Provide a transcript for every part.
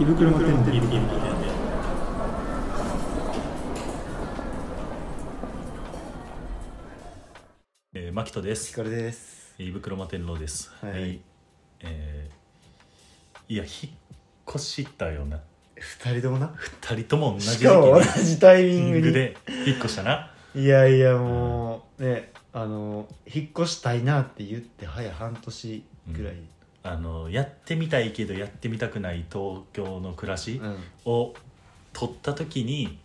胃袋の点々えー、マキトです。れです。胃袋摩天楼です。はいはいえーいや、引っ越したよな。二人ともな。二人とも同じ時し期にかも同じタイミリンンググに。で引っ越したな。いやいやもう、ね、あの、引っ越したいなって言って、早半年ぐらい。あの、やってみたいけど、やってみたくない東京の暮らしうん。を取った時に、引っ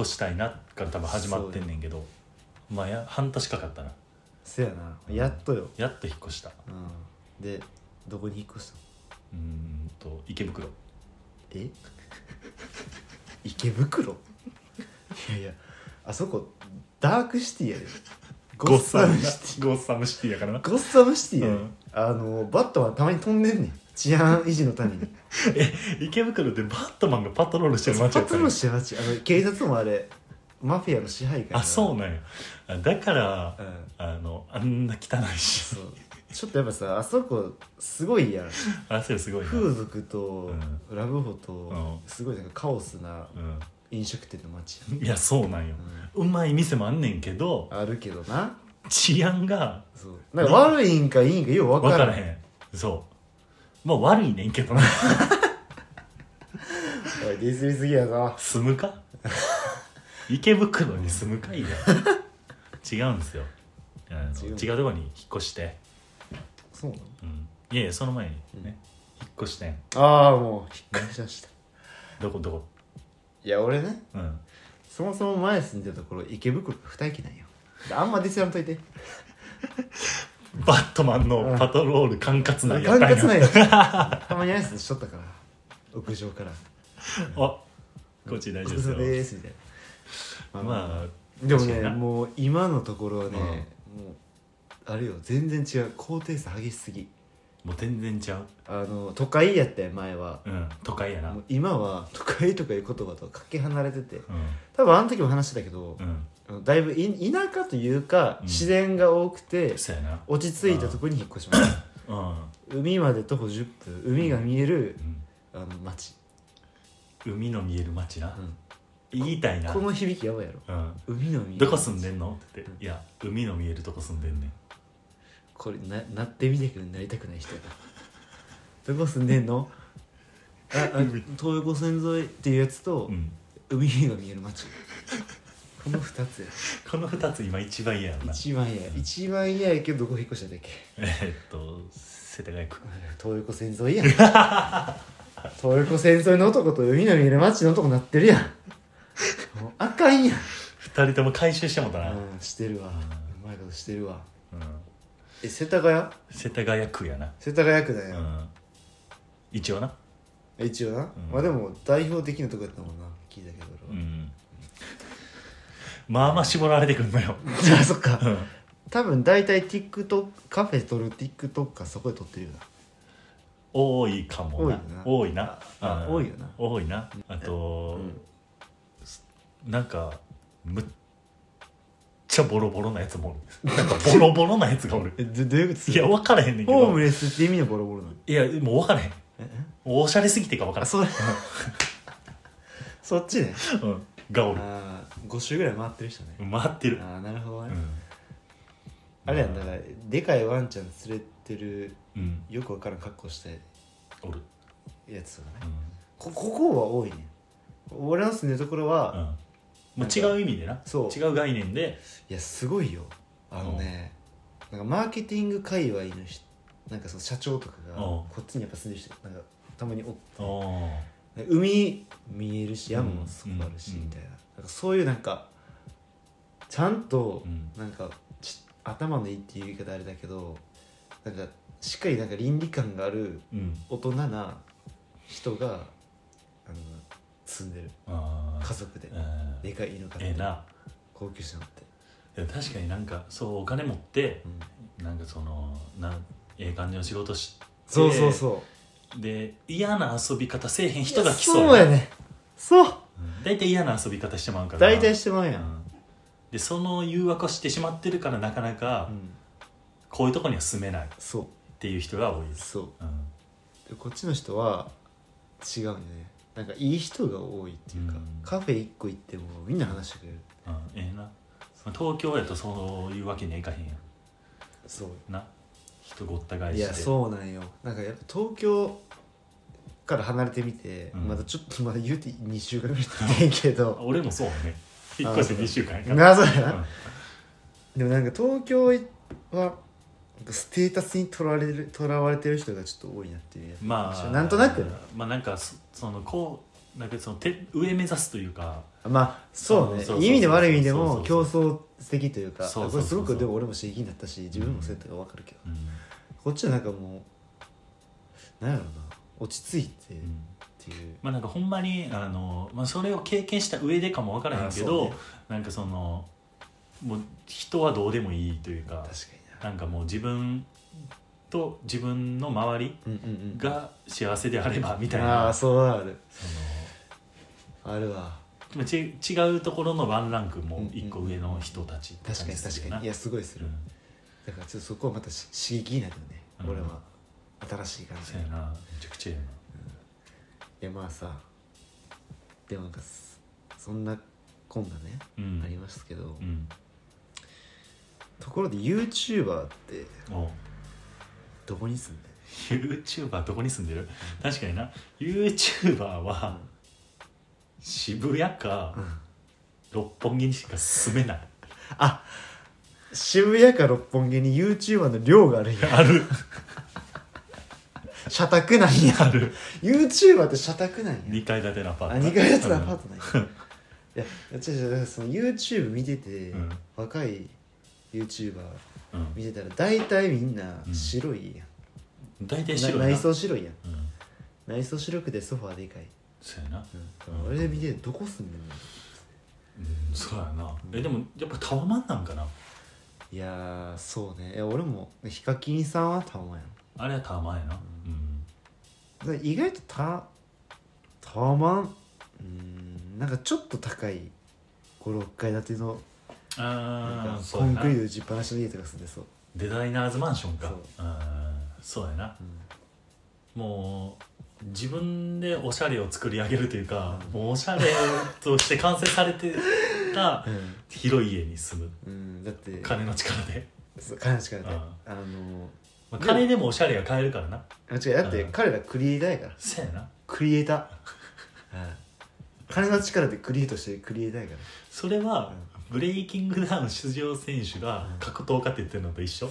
越したいなから多分始まってんねんけど、まあや、半年かかったな。せやな。やっとよ。やっと引っ越した。うん。で、どこに引っ越したのうーんと、池袋。 え池袋いやいや、あそこ、ダークシティやで。ゴッサムシティ。ティ。ゴッサムシティやからな。ゴッサムシティやで。うんあの、バットマンたまに飛んでんねん。治安維持のために。池袋でバットマンがパトロールしてる街パやったトんローやルしてる街あの警察もあれマフィアの支配下あそううなんやあだからうんあのあんな汚いしそうちょっとやっぱさあそこすごいやん あそれすごいな、風俗とラブホとうすごいなんかカオスなう飲食店の街、ん、いやそうなんよ、うまい店もあんねんけどあるけどな治安がそうなんか悪いんかいいんかよう分分かかららへんへんそうまあ悪いねんけどな おいディスりすぎやぞ住むか 池袋に住むかいや違うんですよあの違う違うとこに引っ越して、そうなのうん、いやいやその前にね、うん引っ越してんああもう引っ越しましたどこどこいや俺ねうんそもそも前住んでたところ池袋二駅なんよであんまディスらんといてバットマンのパトロール管轄なんや管ったんや轄ない やたまに挨拶しとったから屋上からあこっち大丈夫でごすよ苦労様ですみたいなまああでも確かにねなもう今のところはね、もうあれよ全然違う高低差激しすぎもう全然ちゃう、あの都会やったよ前は、うん、都会やなうもんう今は都会とかいう言葉とかけ離れてて多分あの時も話してたけどう、んあのだいぶい田舎というか、うん自然が多くてそうやな落ち着いたとこに引っ越しましたうん、海まで徒歩10分海が見える、あの街、うん、海の見える街な、うん言いたいな、この響きやばいやろうん、海の見えるどこ住んでんのって言っうんて「いや海の見えるとこ住んでんねんこれななってみたけどなりたくない人やなど こ住んでんのああ東横線沿いっていうやつ」とう、ん、海が見える街この2つやこの2つ今一番嫌やろな一番嫌や一番嫌やけどどこ引っ越したんだっけえっと世田谷区東横線沿い やん東横線沿いの男と海の見える街の男なってるやんもうあかんやん、 2人とも回収してもうたな、うん、してるわうまいことしてるわうん、え世田谷世田谷区やな、世田谷区だうよ、ん、一応な一応な、んまあでも代表的なとこやったもんな聞いたけど俺はうんまあまあ絞られてくんのよ、じゃあそっかうん多分大体 TikTok カフェ撮る TikTok かそこで撮ってるよな多いかもな多多いなあうん多いよな多いなあと、なんかむっちゃボロボロなやつもおるなんかボロボロなやつがおるえどどういうこいや分からへんねんけホームどレスって意味でボロボロなのいやもう分からへんおしゃれすぎてか分あからへそれ そっちねん、うん、がおるあ5周ぐらい回ってる人ね回ってる、ああなるほどうね、んあれやんだからでかいワンちゃん連れてるうん、よくわからん格好しておる、やつとかねうこここは多いね俺の住んでるところは、んうん、もう違う意味でなそう違う概念でいやすごいよあのねなんかマーケティング界隈の人なんかその社長とかがうんこっちにやっぱ住んでる人なんかたまにおっておー海見えるし山もそこあるしうんみたいななんかそういうなんかちゃんとうんなんかち頭のいいっていう言い方あれだけどなんかしっかりなんか倫理観があるうん大人な人があの住んでるあ家ー族でうんでかい犬飼っええてな高級車乗って、いや確かになんかそうお金持ってうんなんかそのなんええ感じの仕事しそうそうそうで嫌な遊び方せえへん人が来そうそうやねそううん大体嫌な遊び方してまうから大体してまううやん、んでその誘惑をしてしまってるからなかなかうん、こういうとこには住めないっそていう人が多いでうす、そうんうでこっちの人は違うんよねなんかいい人が多いっていうか、うんカフェ一個行ってもみんな話してくれるうんええな東京やとそういうわけにはいかへんやんそうな人ごった返しいてやそうなんよなんかやっぱ東京から離れてみて、うんまだちょっとまだ言うて2週間ぐらい経ってんけ ど俺もそうね引っ越して2週間やから謎やうな、んでもなんか東京はなんかステータスにとられるとらわれてる人がちょっと多いなっていうまあなんとなくねまあなんかそそのこうなんかそのて上目指すというかまあそうねそうそうそうそういい意味でも悪い意味でそもう競そう争的というかそうそうそうそうこれすごくでも俺も刺激になったし自分もそうやったから分かるけど、うんこっちはなんかもうなんやろな落ち着いてっうんていう、まあなんかほんまにあの、まあ、それを経験した上でかもわからへんけあそど、うねなんかそのもう人はどうでもいいというか確かなんかもう自分と自分の周りになうんうんうんが幸せであればみたいああなーそうあるそのあるわでもち違うところのワンランクも一個上の人たちって確感かじにする確よかなにいやすごいする、うんだからちょっとそこはまたし刺激になるよね、うん俺は新しい感じそうやなめちゃくちゃやないやまあさでもなんかすそんなこんなね、うんありますけど、うんところで YouTuber っておどこに住んで YouTuber どこに住んでる確かにな YouTuber は渋谷かん六本木にしか住めないあ渋谷か六本木に YouTuber の寮があるんやある社宅なんやある YouTuber って社宅なんや2階建てのアパあート2階建てのアパートなんやいや違う違うだからその YouTube 見てて、うん若い YouTuber うん見てたら大体みんなうん白いやん、うん大体な白いな内装白いやんうん内装白くてソファーでかい、そうやなうん、俺で見てどこ住んでんのうんそうやなえでもやっぱタワマンなんかないやーそうねいや俺もヒカキンさんはタワマンやんあれはタワマンやなうんだから意外とタタワマンうんなんかちょっと高い56階建てのなあんあかそうコやンクリートな打ちっぱなしの家とか住んでそうデザイナーズマンションかそううんそうやなうんもう自分でおしゃれを作り上げるというか、もうおしゃれとして完成されてたうん広い家に住むうん、だって金の力で、そう彼しかうなんいあのまあ、金でもおしゃれが買えるからなあ違うだってうん彼らクリエイターやからせやなクリエイターうん彼の力でクリエイトしてるクリエイターやからそれはブレイキングダウン出場選手が格闘家って言ってるのと一緒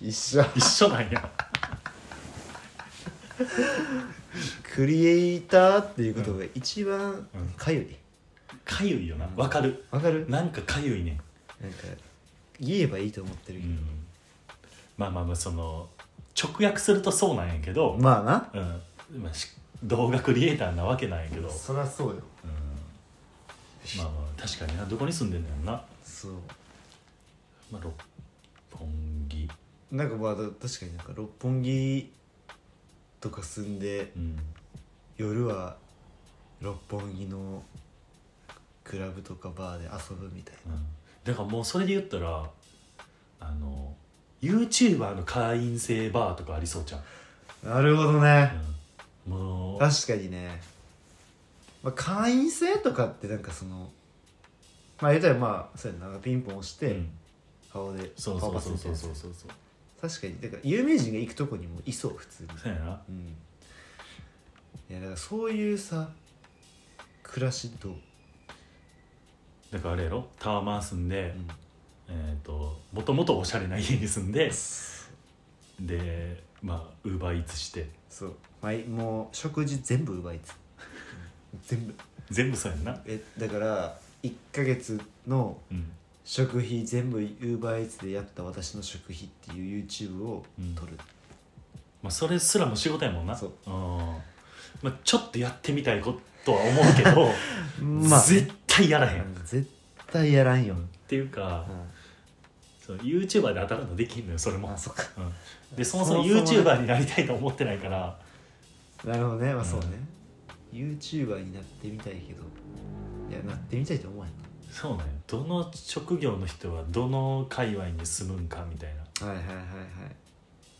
一緒一緒なんやクリエイターっていうことが一番うんかゆいかゆいよなわかるわかるなんかなんかかゆいね言えばいいと思ってるうけんまあまあまあその直訳するとそうなんやけど、どまあなうんまあ、し動画クリエイターなわけなんやけどそりゃそうようんまあまあ確かになどこに住んでんだよな、そうまあ、六本木なんかまあだ確かになんか六本木とか住んでうん夜は六本木のクラブとかバーで遊ぶみたいなうんだからもうそれで言ったらあの YouTuber の会員制バーとかありそうじゃん、なるほどねうん、もう確かにね、まあ、会員制とかってなんかそのまあ言うたらまあそうやなピンポン押しうてん顔でそうそ顔うパスそうみたそいうなそうそうそう確かにだから有名人が行くとこにもいそう普通にそうやなうんいやだからそういうさ暮らしと、だからあれやろタワマン住んで、うんえっ、ともともとおしゃれな家に住んでそでまあウーバーイーツしてう、まあ、もう食事全部奪い つ全部全部そうやんなえだから1ヶ月のうん食費全部 UberEats でやった私の食費っていう YouTube を撮る、まあ、それすらも仕事やもんなそうんまあ、ちょっとやってみたいことは思うけ ど、絶対やらへん、うっん絶対やらんよ、ていうか、うその YouTuber で当たるのできんのよそれん、もあ、そっかうん、でそもそもそもそもね YouTuber になりたいと思ってないからなるほどねまあそうね、YouTuber になってみたいけどいやなってみたいと思わへんそうねどの職業の人はどの界隈に住むんかみたいなはいはいはいはい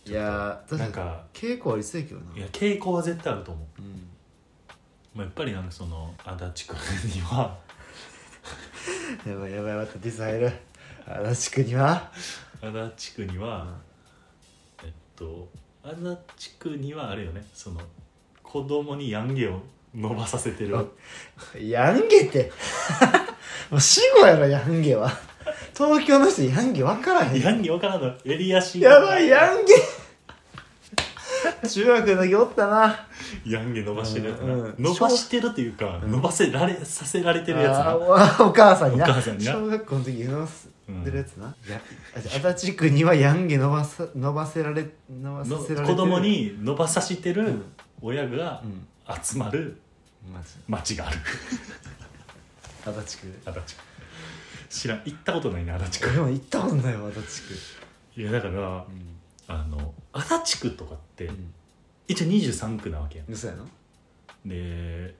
いやー確かなにんか傾向ありそうやけどないうや傾向は絶対あると思うんまあ、やっぱりなんかその足立区にはやばいやばいまたディス入る足立区には足立区には、えっと足立区にはあれよねその子供にヤンゲを伸ばさせてるあヤンゲって もう死後やろヤンゲは東京の人ヤンゲ分からへんヤンゲわからんの襟足やばいヤンゲ中学の時おったなヤンゲ伸ばしてるやつうんうなん伸ばしてるというか、伸ばせられさせられてるやつあなーお母さんになお母さんにな小学校の時伸ばすてるやつな、いやあじゃあ足立区にはヤンゲ伸ばさ伸ばせられ伸ばさのせられてる子供に伸ばさせてるん親がうん集まるマジ町がある 足立区足立区知らん行ったことないね足立区俺も行ったことないわ足立区いやだからうんあの足立区とかってうん一応23区なわけやん嘘やなで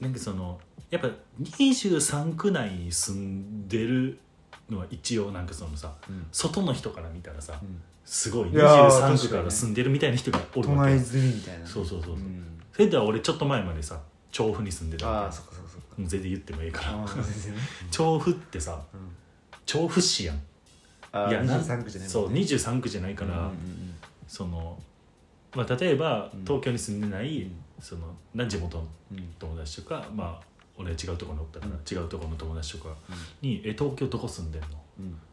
なんかそのやっぱ23区内に住んでるのは一応なんかそのさうん外の人から見たらさうんすごいいやー確23区かかにねら住んでるみたいな人がおる都わけ内やん済みみたいなそうそうそうそうんそれでは俺ちょっと前までさ調布に住んでたあわあけそっかそっかそっかもう全然言ってもええかあらあ全然ね調布ってさうん調布市やんあいあやなん23区じゃないそうもんね23区じゃないから、うんうんその、まあ、例えばうん東京に住んでない、うんそのな地元のうんうん友達とか、まあ、俺は違うところにおったから、うん違うところの友達とかに「え東京どこ住んでんの?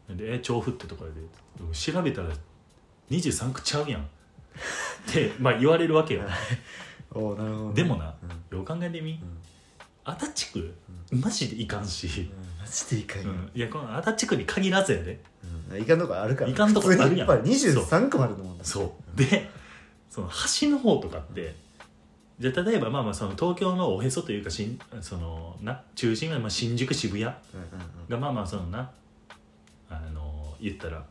うん」で「え調布ってところで」でも調べたら23区ちゃうやん」って、まあ、言われるわけよおおなるほどねでもなうんよう考えてみうん足立区マジでいかんし、うんマジでいかんうよん、いやこの足立区に限らずやでいかんとこあるからいかんとこあるや普ん通にいっぱい23区もあるのもんなそうでその端の方とかってじゃあ例えばまあまあその東京のおへそというかしんそのな中心はまあ新宿渋谷がうんうんうんまあまあそのなあの言ったら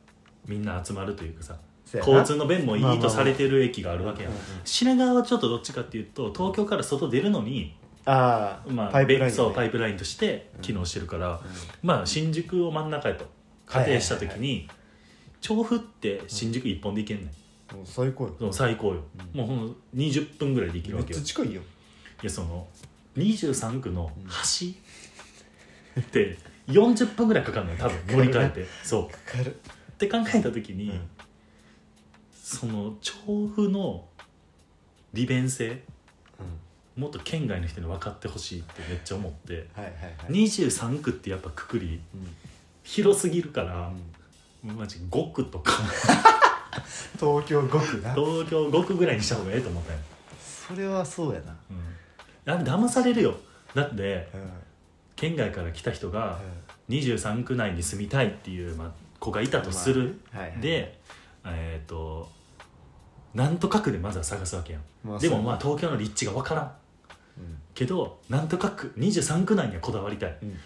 みんな集まるというかさそうやな交通の便もいいとされてる駅があるわけやんうんうんうん品川はちょっとどっちかっていうと東京から外出るのに、ああ、まあ、パイプラインべそうパイププラインとして機能してるから、まあ新宿を真ん中やと仮定した時に、はい調布って新宿一本で行けんねんもう最高よその最高よ、うんもうほんの20分ぐらいで行けるめわっけちよゃ近いよいやその23区の端って40分ぐらいかかるのよ多分乗り換えてそうっかかるて考えた時に、うんその調布の利便性もっと県外の人に分かってほしいってめっちゃ思ってはいはいはい23区ってやっぱくくりうん広すぎるかうら、んマジ5区とか 東京5区な東京5区ぐらいにした方がええと思ったよ、それはそうやなうん、あ騙されるよだってうんうん県外から来た人が23区内に住みたいっていう、まあ、子がいたとする、まあはいはいでえっ、となんとか区でまずは探すわけやん、まあでもそうまあ東京の立地が分からんうんけどなんとか区23区内にはこだわりたいうん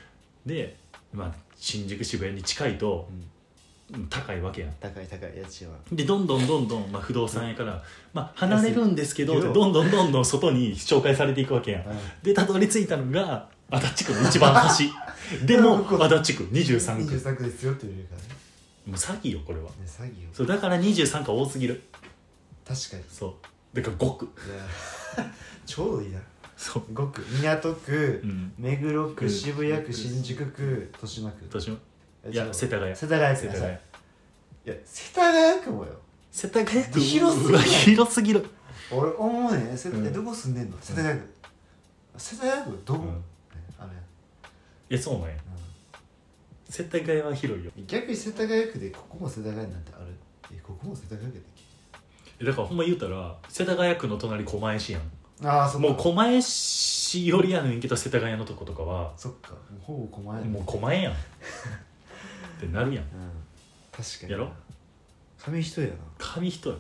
で、まあ、新宿渋谷に近いとうんうん高いわけやん高い高い家賃はでどんどんどんどん、まあ、不動産屋から、まあ、離れるんですけど安いでけどどんどんどんどん外に紹介されていくわけやんでたどり着いたのが足立区の一番 端でも足立区23区23区ですよって言うからねもう詐欺よこれはね詐欺よそうだから23が多すぎる確かにそうだから5区いや ちょうどいいなそう5区港区うん目黒う区ん渋谷区新宿区豊島区私もえいや違う世田谷世田谷区世世田田谷谷いや世田谷区もよ世田谷区広すぎるうわ広すぎる俺思うね世田うんえどこ住んでんの世田谷区世田谷区どこうんねあれえそうなんや世田谷は広いようん逆に世田谷区でここも世田谷なんてあるえここも世田谷区でえだからほんま言うたら世田谷区の隣狛江市やんああそっかもう狛江市よりやねんけど世田谷のとことかはそっかもうほぼ狛江やねもう狛江やんってなるやんうん確かにやろ紙一重やな紙一重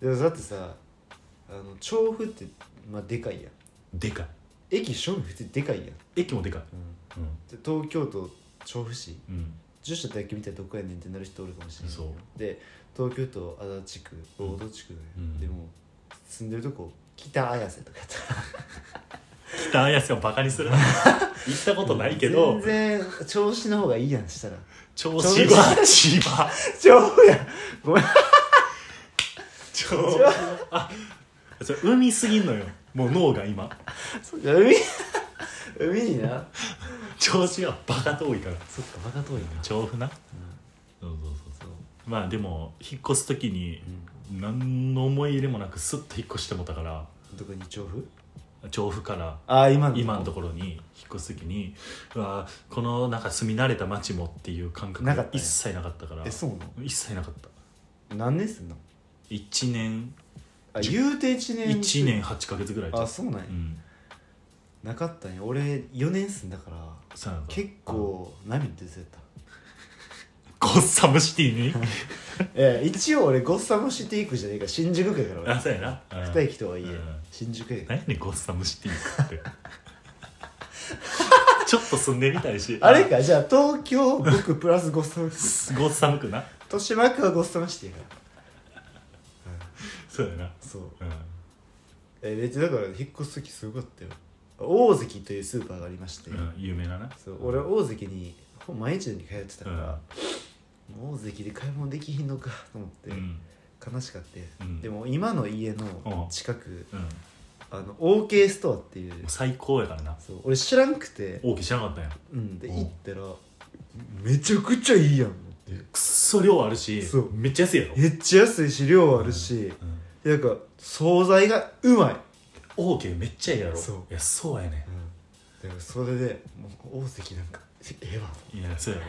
でもだってさあの調布ってまあでかいやんでかい駅正面普通にでかいやん、駅もでかいうんで東京都調布市うん住所と野球みたいなどこやねんってなる人おるかもしれないそで東京都足立区うん大戸地区、うんでも住んでるとこ北綾瀬とかやったら北綾瀬をバカにする行ったことないけど全然調子の方がいいやん したら調子は千葉調布やんごめん調子はあそれ海すぎんのよもう脳が今そうか海海にな調子がバカ遠いからそっか場が遠いな調布なそうそうそうそうまあでも引っ越す時に何の思い入れもなくスッと引っ越してもたからどこに調布調布からああ今の今のところに引っ越す時にうわーこのなんか住み慣れた町もっていう感覚なかったがんや一切なかったからえそうな一切なかったの何年すんの1年あ言うて1年1年8ヶ月ぐらいじゃんあそうなんや、うんなかったんや俺4年住んだからそうやんか結構波出てたゴッサムシテ ィにええ一応俺ゴッサムシティ行くじゃねえから新宿区やからあ俺そうやなうん二駅とはいえうん新宿やから何やねんゴッサムシティって ちょっと住んでみたいしあれかじゃあ東京僕プラスゴッサムシティ ゴッサムくな豊島区はゴッサムシティやからそうやなそううんえー、でだから引っ越す時すごかったよ大関というスーパーがありまして、うん有名ななそう俺大関にほ毎日のように通ってたうかんら、もう大関で買い物できひんのかと思って、うん悲しかって、うんでも今の家うのん近くうんもあの OK ストアっていうう最高やからなそう俺知らんくて、大きしなかったんやうん、でうん行ったらめちゃくちゃいいやん思ってくっそ量あるしそうめっちゃ安いやろめっちゃ安いし量あるし、うんでなんか惣菜がうまいオーケーめっちゃええやろそういやそうやねだからそれでもう大関なんかええわんいやそうや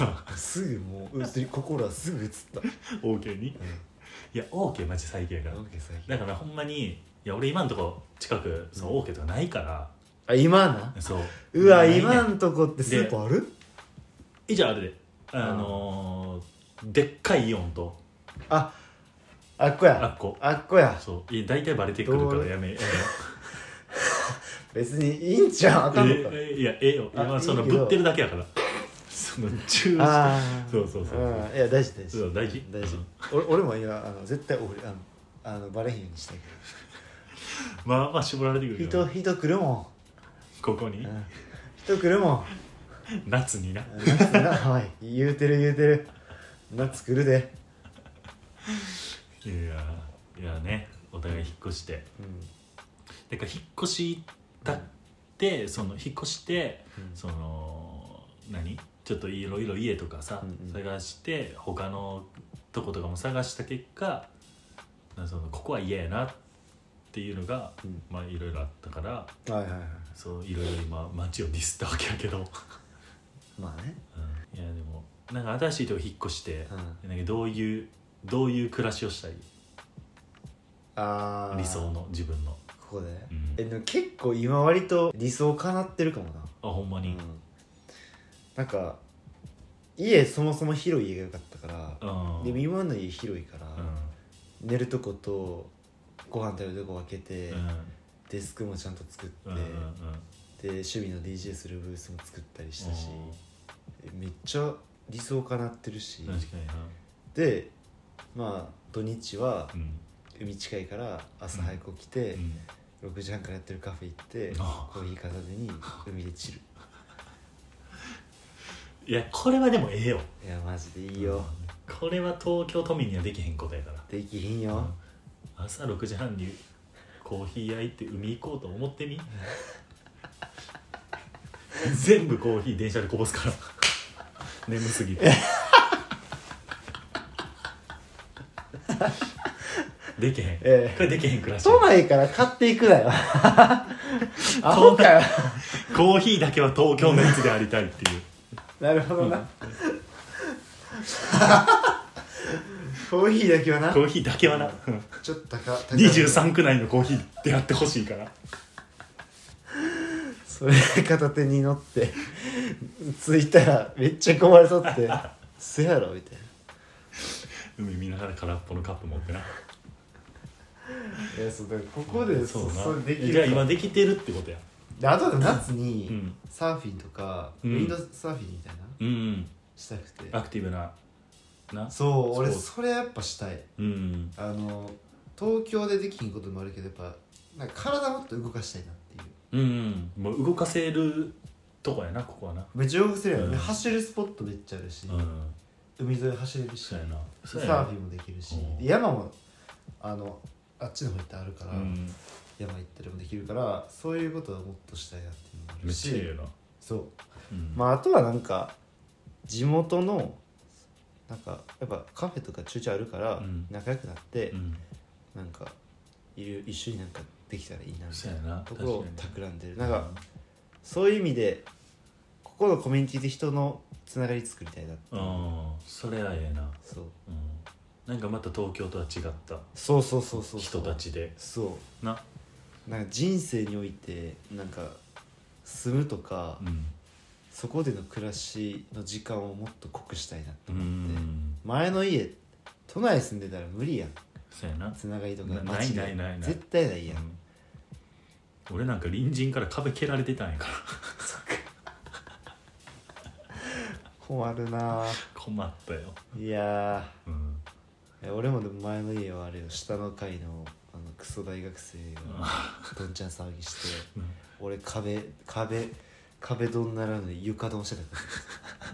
ろすぐも ううずり心はすぐ移った、オーケーにういやオーケーマジ最強やからん、OK 最近だからほんまにいや俺今んとこ近くそのオーケーとかないから、あ今なそううわないね今んとこってスーパーある以上あれであのー、でっかいイオンとああっこあやっこあっこやそういや大体バレてくるからやめや別にいいんちゃうあかんめのよかうええいやええよあ今そのいいけどぶってるだけやからその中止ああそうそうそううんいや大事大そ事う大事大う事ん俺俺も今あの絶対俺あのあのバレへんようにしたいけまあまあ絞られてくるどよ人人来るもここん、にうん、人来るもん夏にな夏なおい言うてる言うてる夏来るで、いやいやねお互い引っ越してうんだから引っ越したってその引っ越してうんその何ちょっといろいろ家とかさ、うんうん探して他のとことかも探した結果なそのここは嫌やなっていうのが、うんまあいろいろあったからはいはいはいそういろいろ今街をディスったわけや けど、まあねうんいやでもなんか新しいとこ引っ越して、うなんかどういうどういう暮らしをしたいああ理想の自分のここで、うんえでも結構今割と理想かなってるかもな、あほんまうに、ん、なんか家そもそも広い家が良かったから、うんでも今の家広いから、う寝るとことご飯食べるとこ分けて、んうんデスクもちゃんと作って、うんうんうんで趣味の DJ するブースも作ったりしたし、めっちゃ理想かなってるし、うん確かになでまあ土日はうん海近いから朝早く起きて、うん6時半からやってるカフェ行ってあコーヒー片手に海でチルいやこれはでもええよいやマジでいいよ、これは東京都民にはできへんことやからできひんよ、朝6時半にコーヒー焼いて海行こうと思っ てみ全部コーヒー電車でこぼすから眠すぎてでけへん、ええこれでけへん暮らし都内から買っていく なよアホかよコーヒーだけは東京のやつでありたいっていうなるほどなコーヒーだけはなコーヒーだけ はなうんちょっと高高め23区内のコーヒーでやってほしいからそれ片手に乗って着いたらめっちゃ壊れとって「せやろ」みたいな海見ながら空っぽのカップ持ってなえそうだからここでそうそなそうできるじゃあか今できてるってことやであとで夏うにんサーフィンとか、うんウィンドサーフィンみたいなうんうんしたくてアクティブななそう俺そうそれやっぱしたいうんあの東京でできひんこともあるけどやっぱなんか体もっと動かしたいなっていううんうんもう動かせるとこやなここはなめっちゃ動かせるやん、うん走るスポットめっちゃあるし、うん海沿い走れるしそうやなサそうやーなフィンもできるし、うん山もあのあっちの方行ってあるから、うん山行ったりもできるからそういうことをもっとしたいなっていうのもあめるっちゃええしな、そううんまああとはなんか地元のなんかやっぱカフェとかちょいちょいあるからうん仲良くなって、うんなんかいる一緒になんかできたらいいなみそたいうやななところを確企んでるかなにんかそういう意味でここのコミュニティで人のつながり作りたいなってうんうんそれはええな、そううん、なんかまた東京とは違ったそうそうそうそう人たちでそなうなんか人生においてなんか住むとか、うんそこでの暮らしの時間をもっと濃くしたいなとう思って、ん前の家都内住んでたら無理やんそうやなつながりとかな街でないないないない絶対ないやん、うん俺なんか隣人から壁蹴られてたんやから困るなあ困ったよ、いやうん、ーいや俺もでも前の家はあれよ下の階のあのクソ大学生がどんちゃん騒ぎしてうん俺壁壁壁ドンならぬ床ドンしてたか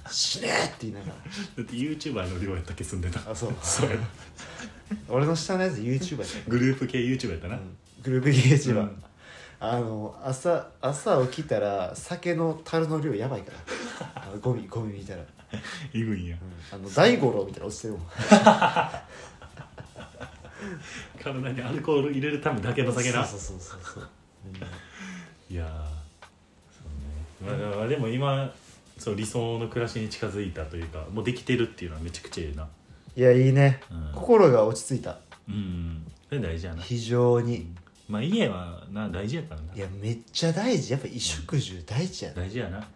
ら死ねーって言いながだって YouTuber の量やったっけ住んでたらあそうそうや俺の下のやつ YouTuber だグループ系 YouTuber やったな、よ、うん、グループゲージは、うんあの朝朝起きたら酒の樽の量やばいからあのゴミゴミ見たらいるんやあの大五郎みたいな落ちてるもん体にアルコール入れるためだけの酒なそうそうそうそうそう、いやーそうね、まあ、でも今そう理想の暮らしに近づいたというかもうできてるっていうのはめちゃくちゃいいなうんいやいいね、うん心が落ち着いたうんそれ大事やな非常に、まあ家はな大事やからないやめっちゃ大事やっぱ衣食住大事やな、大事やな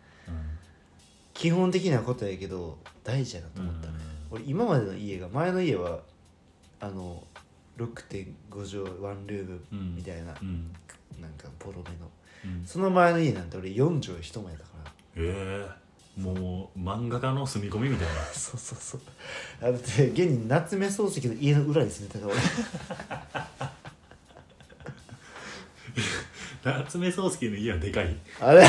基本的なことやけど大事やなとうん、思ったね、俺今までの家が前の家はあの6.5畳ワンルームうんみたいな、うんなんかボロめのうんその前の家なんて俺4畳一間やだ からええもう漫画家の住み込みみたいなそうそうそうあだって現に夏目漱石の家の裏に住んでたから俺 夏目漱石の家はでかいあれ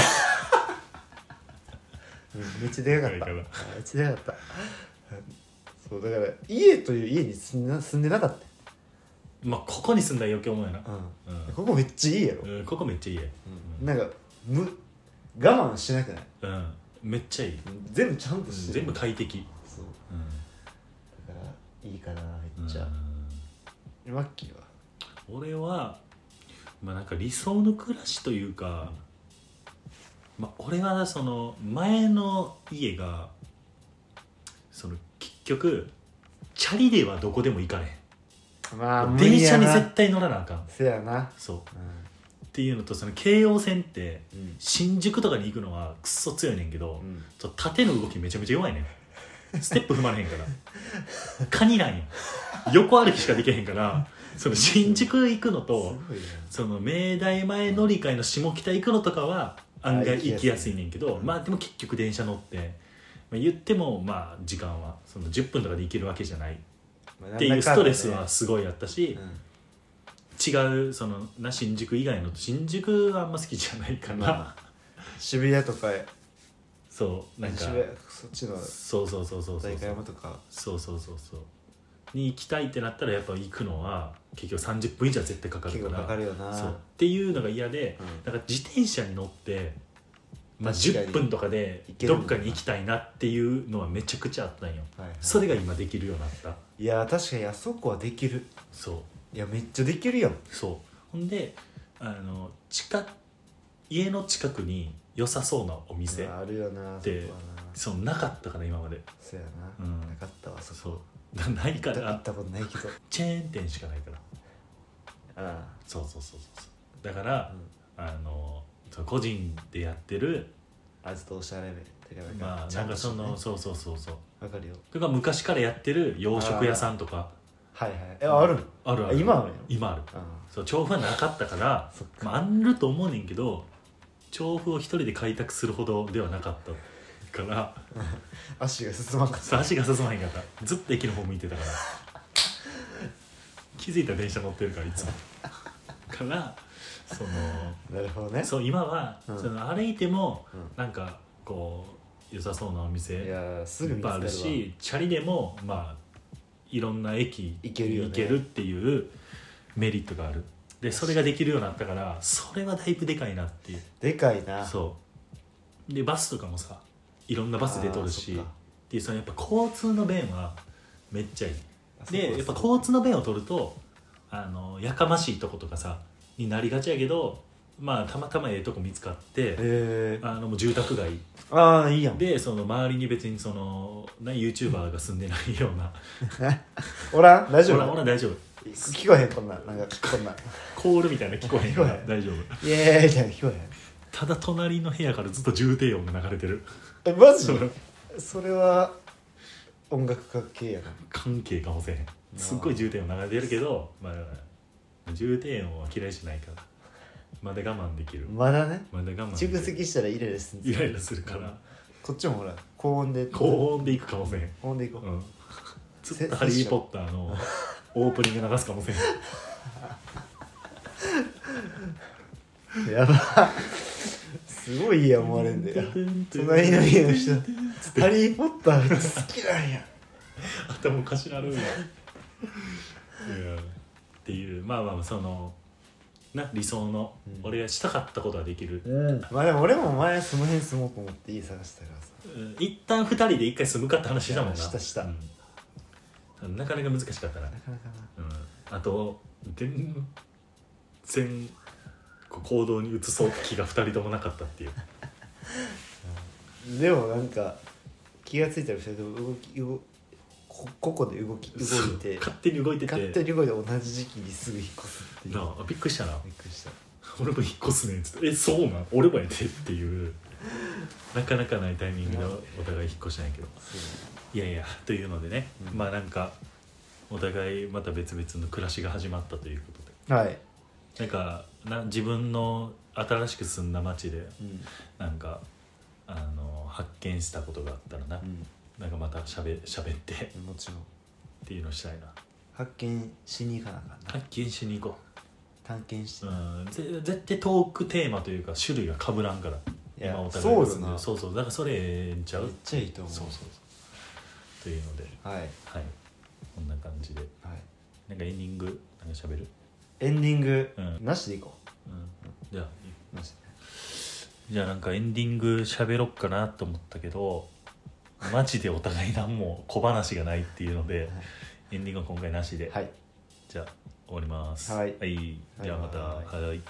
うんめっちゃでかかったでかいめかっちゃでかかったうんそうだから家という家に住んでな住んでなかっまあここに住んだら余計思うやなた、ようんここめっちゃいいやろ、うんここめっちゃいいやなんかむ我慢しなくないうんめっちゃいい全部ちゃんとしてる全部快適そううんだからいいかなめっちゃ、マッキーはうん俺はまあなんか理想の暮らしというか、まあ、俺はその前の家がその結局チャリではどこでも行かねまあん無理電車やにな絶対乗らなあかんせやなそううっていうのとその京葉線ってんうん新宿とかに行くのはくっそ強いねんけど、うんちょっと縦の動きめちゃめちゃ弱いねんステップ踏まれへんからカニなんよ横歩きしかできへんからその新宿行くのとすごいなその明大前乗り換えの下北行くのとかは案あ外行きやすい行きやすいねんけどうんまあでも結局電車乗って、まあ、言ってもまあ時間はその10分とかで行けるわけじゃないまあっていなんうだスかんトだねレスはすごいあったしうん違うそのな新宿以外の新宿はあんま好きじゃないかまら渋谷とかそうなんか渋谷そっちのそうそうそうそうそう代そ官う山とかそうそうそうそうに行きたいってなったらやっぱ行くのは結局30分以上は絶対かか結る構からかかるよなそうっていうのが嫌でうんだから自転車に乗って、まあ、確かに10分とかで行けるどもんっなかに行きたいなっていうのはめちゃくちゃあったんよはいはいそれが今できるようになったいや確かにあそこはできるそういやめっちゃできるやんそうほんであの近家の近くに良さそうなお店あるよなでそこはなそうなかったから今までそうやうなんなかったわそこそうなない行かった行らったことないけ どチェーン店しかないからあそうそうそうそうそうだからあ、うんあのそう個人でやってるあずとおしゃれめてかまあちなゃんとかそのしてねそうそうそうそうわかるよそれが昔からやってる洋食屋さんとかはいはいえあるのあるあるあ今あるよ今あるあそう調布はなかったからあそっまあ、あると思うねんけど調布を一人で開拓するほどではなかったから足が進まんかっそう足が進まへんかったずっと駅の方向いてたから気づいたら電車乗ってるからいつもからそのたなるほどねそう今は、うんその歩いてもうんなんかこう良さそうなお店いやーすぐいっ見つぱいかあるるわしチャリでもまあいろんな駅行けるよね行けるっていうメリットがあるでそれができるようになったからそれはだいぶでかいなっていうでかいなそうでバスとかもさいろんなバス出とるあしーそっかでそのやっぱ交通の便はめっちゃいいあそうでやっぱ交通の便を取るとあのやかましいとことかさになりがちやけどまあたまたまええとこ見つかってえー、あのもう住宅街ああいいやんでその周りに別にそのな YouTuber が住んでないようなおらん大丈ほ夫らほら大丈夫聞こえへんこんなんなんかこんなんコールみたいなの聞こえへんから聞こえへん大丈夫イエーイみたいな聞こただ隣の部屋からずっと重低音が流れてるえへんえマジそのそれは音楽家系やな関係かもしれへんすっごい重低音流れてるけど、まあ、重低音は嫌いじゃないからまだ我慢できるまだねまだ我慢でき蓄る積したらイライラするんイライラするからこっちもほら高音で高音でいくかもしれへん高音でいこう、うん、ずせっ と「ハリー・ポッター」のオープニング流すかも しれん やばすごいいいや思われんだよ隣の家の人「ハリー・ポッター」好きなんや頭おかしなるんや いやっていうまあまあそのな理想の、うん俺がしたかったことはできる、うんまあでも俺も前その辺住もうと思って家探したからさうん一旦二人で一回住むかって話したもんなうんしたしたうんなかなか難しかったな、なかなかなうん、あと全然こう行動に移そう気が二人ともなかったっていうでもなんか気がついたら2人とも動き動こここで動き動そういて勝手に動いてて勝手に動いて同じ時期にすぐ引っ越すっていうなあびっくりしたなびっくりした俺も引っ越すねんっつって「えそうなん俺もやで」っていうなかなかないタイミングでお互い引っ越したんやけどそういやいやというのでね、うんまあなんかお互いまた別々の暮らしが始まったということではい、なんかな自分の新しく住んだ町でうんなんかあの発見したことがあったらな、なんかまたしゃべしゃべってっうん、もちろんていうのしたいな発見しに行かなあかんな発見しに行こ探検してう、うん、ぜ絶対トークテーマというか種類が被らんからいや今お互いそうがよ住んでなるそうそうだからそれええんちゃめうっちゃいいと思うそうそうそうというのではい、はい、はいこんな感じでなんかエンディングなんかしゃべる、エンディング、うんなしでいこうん、じゃあうなしじゃあなんかエンディングしゃべろっかなと思ったけどマジでお互い何も小話がないっていうので、はいエンディングは今回なしで、ではいじゃあ終わりますはいはい、ではまたははい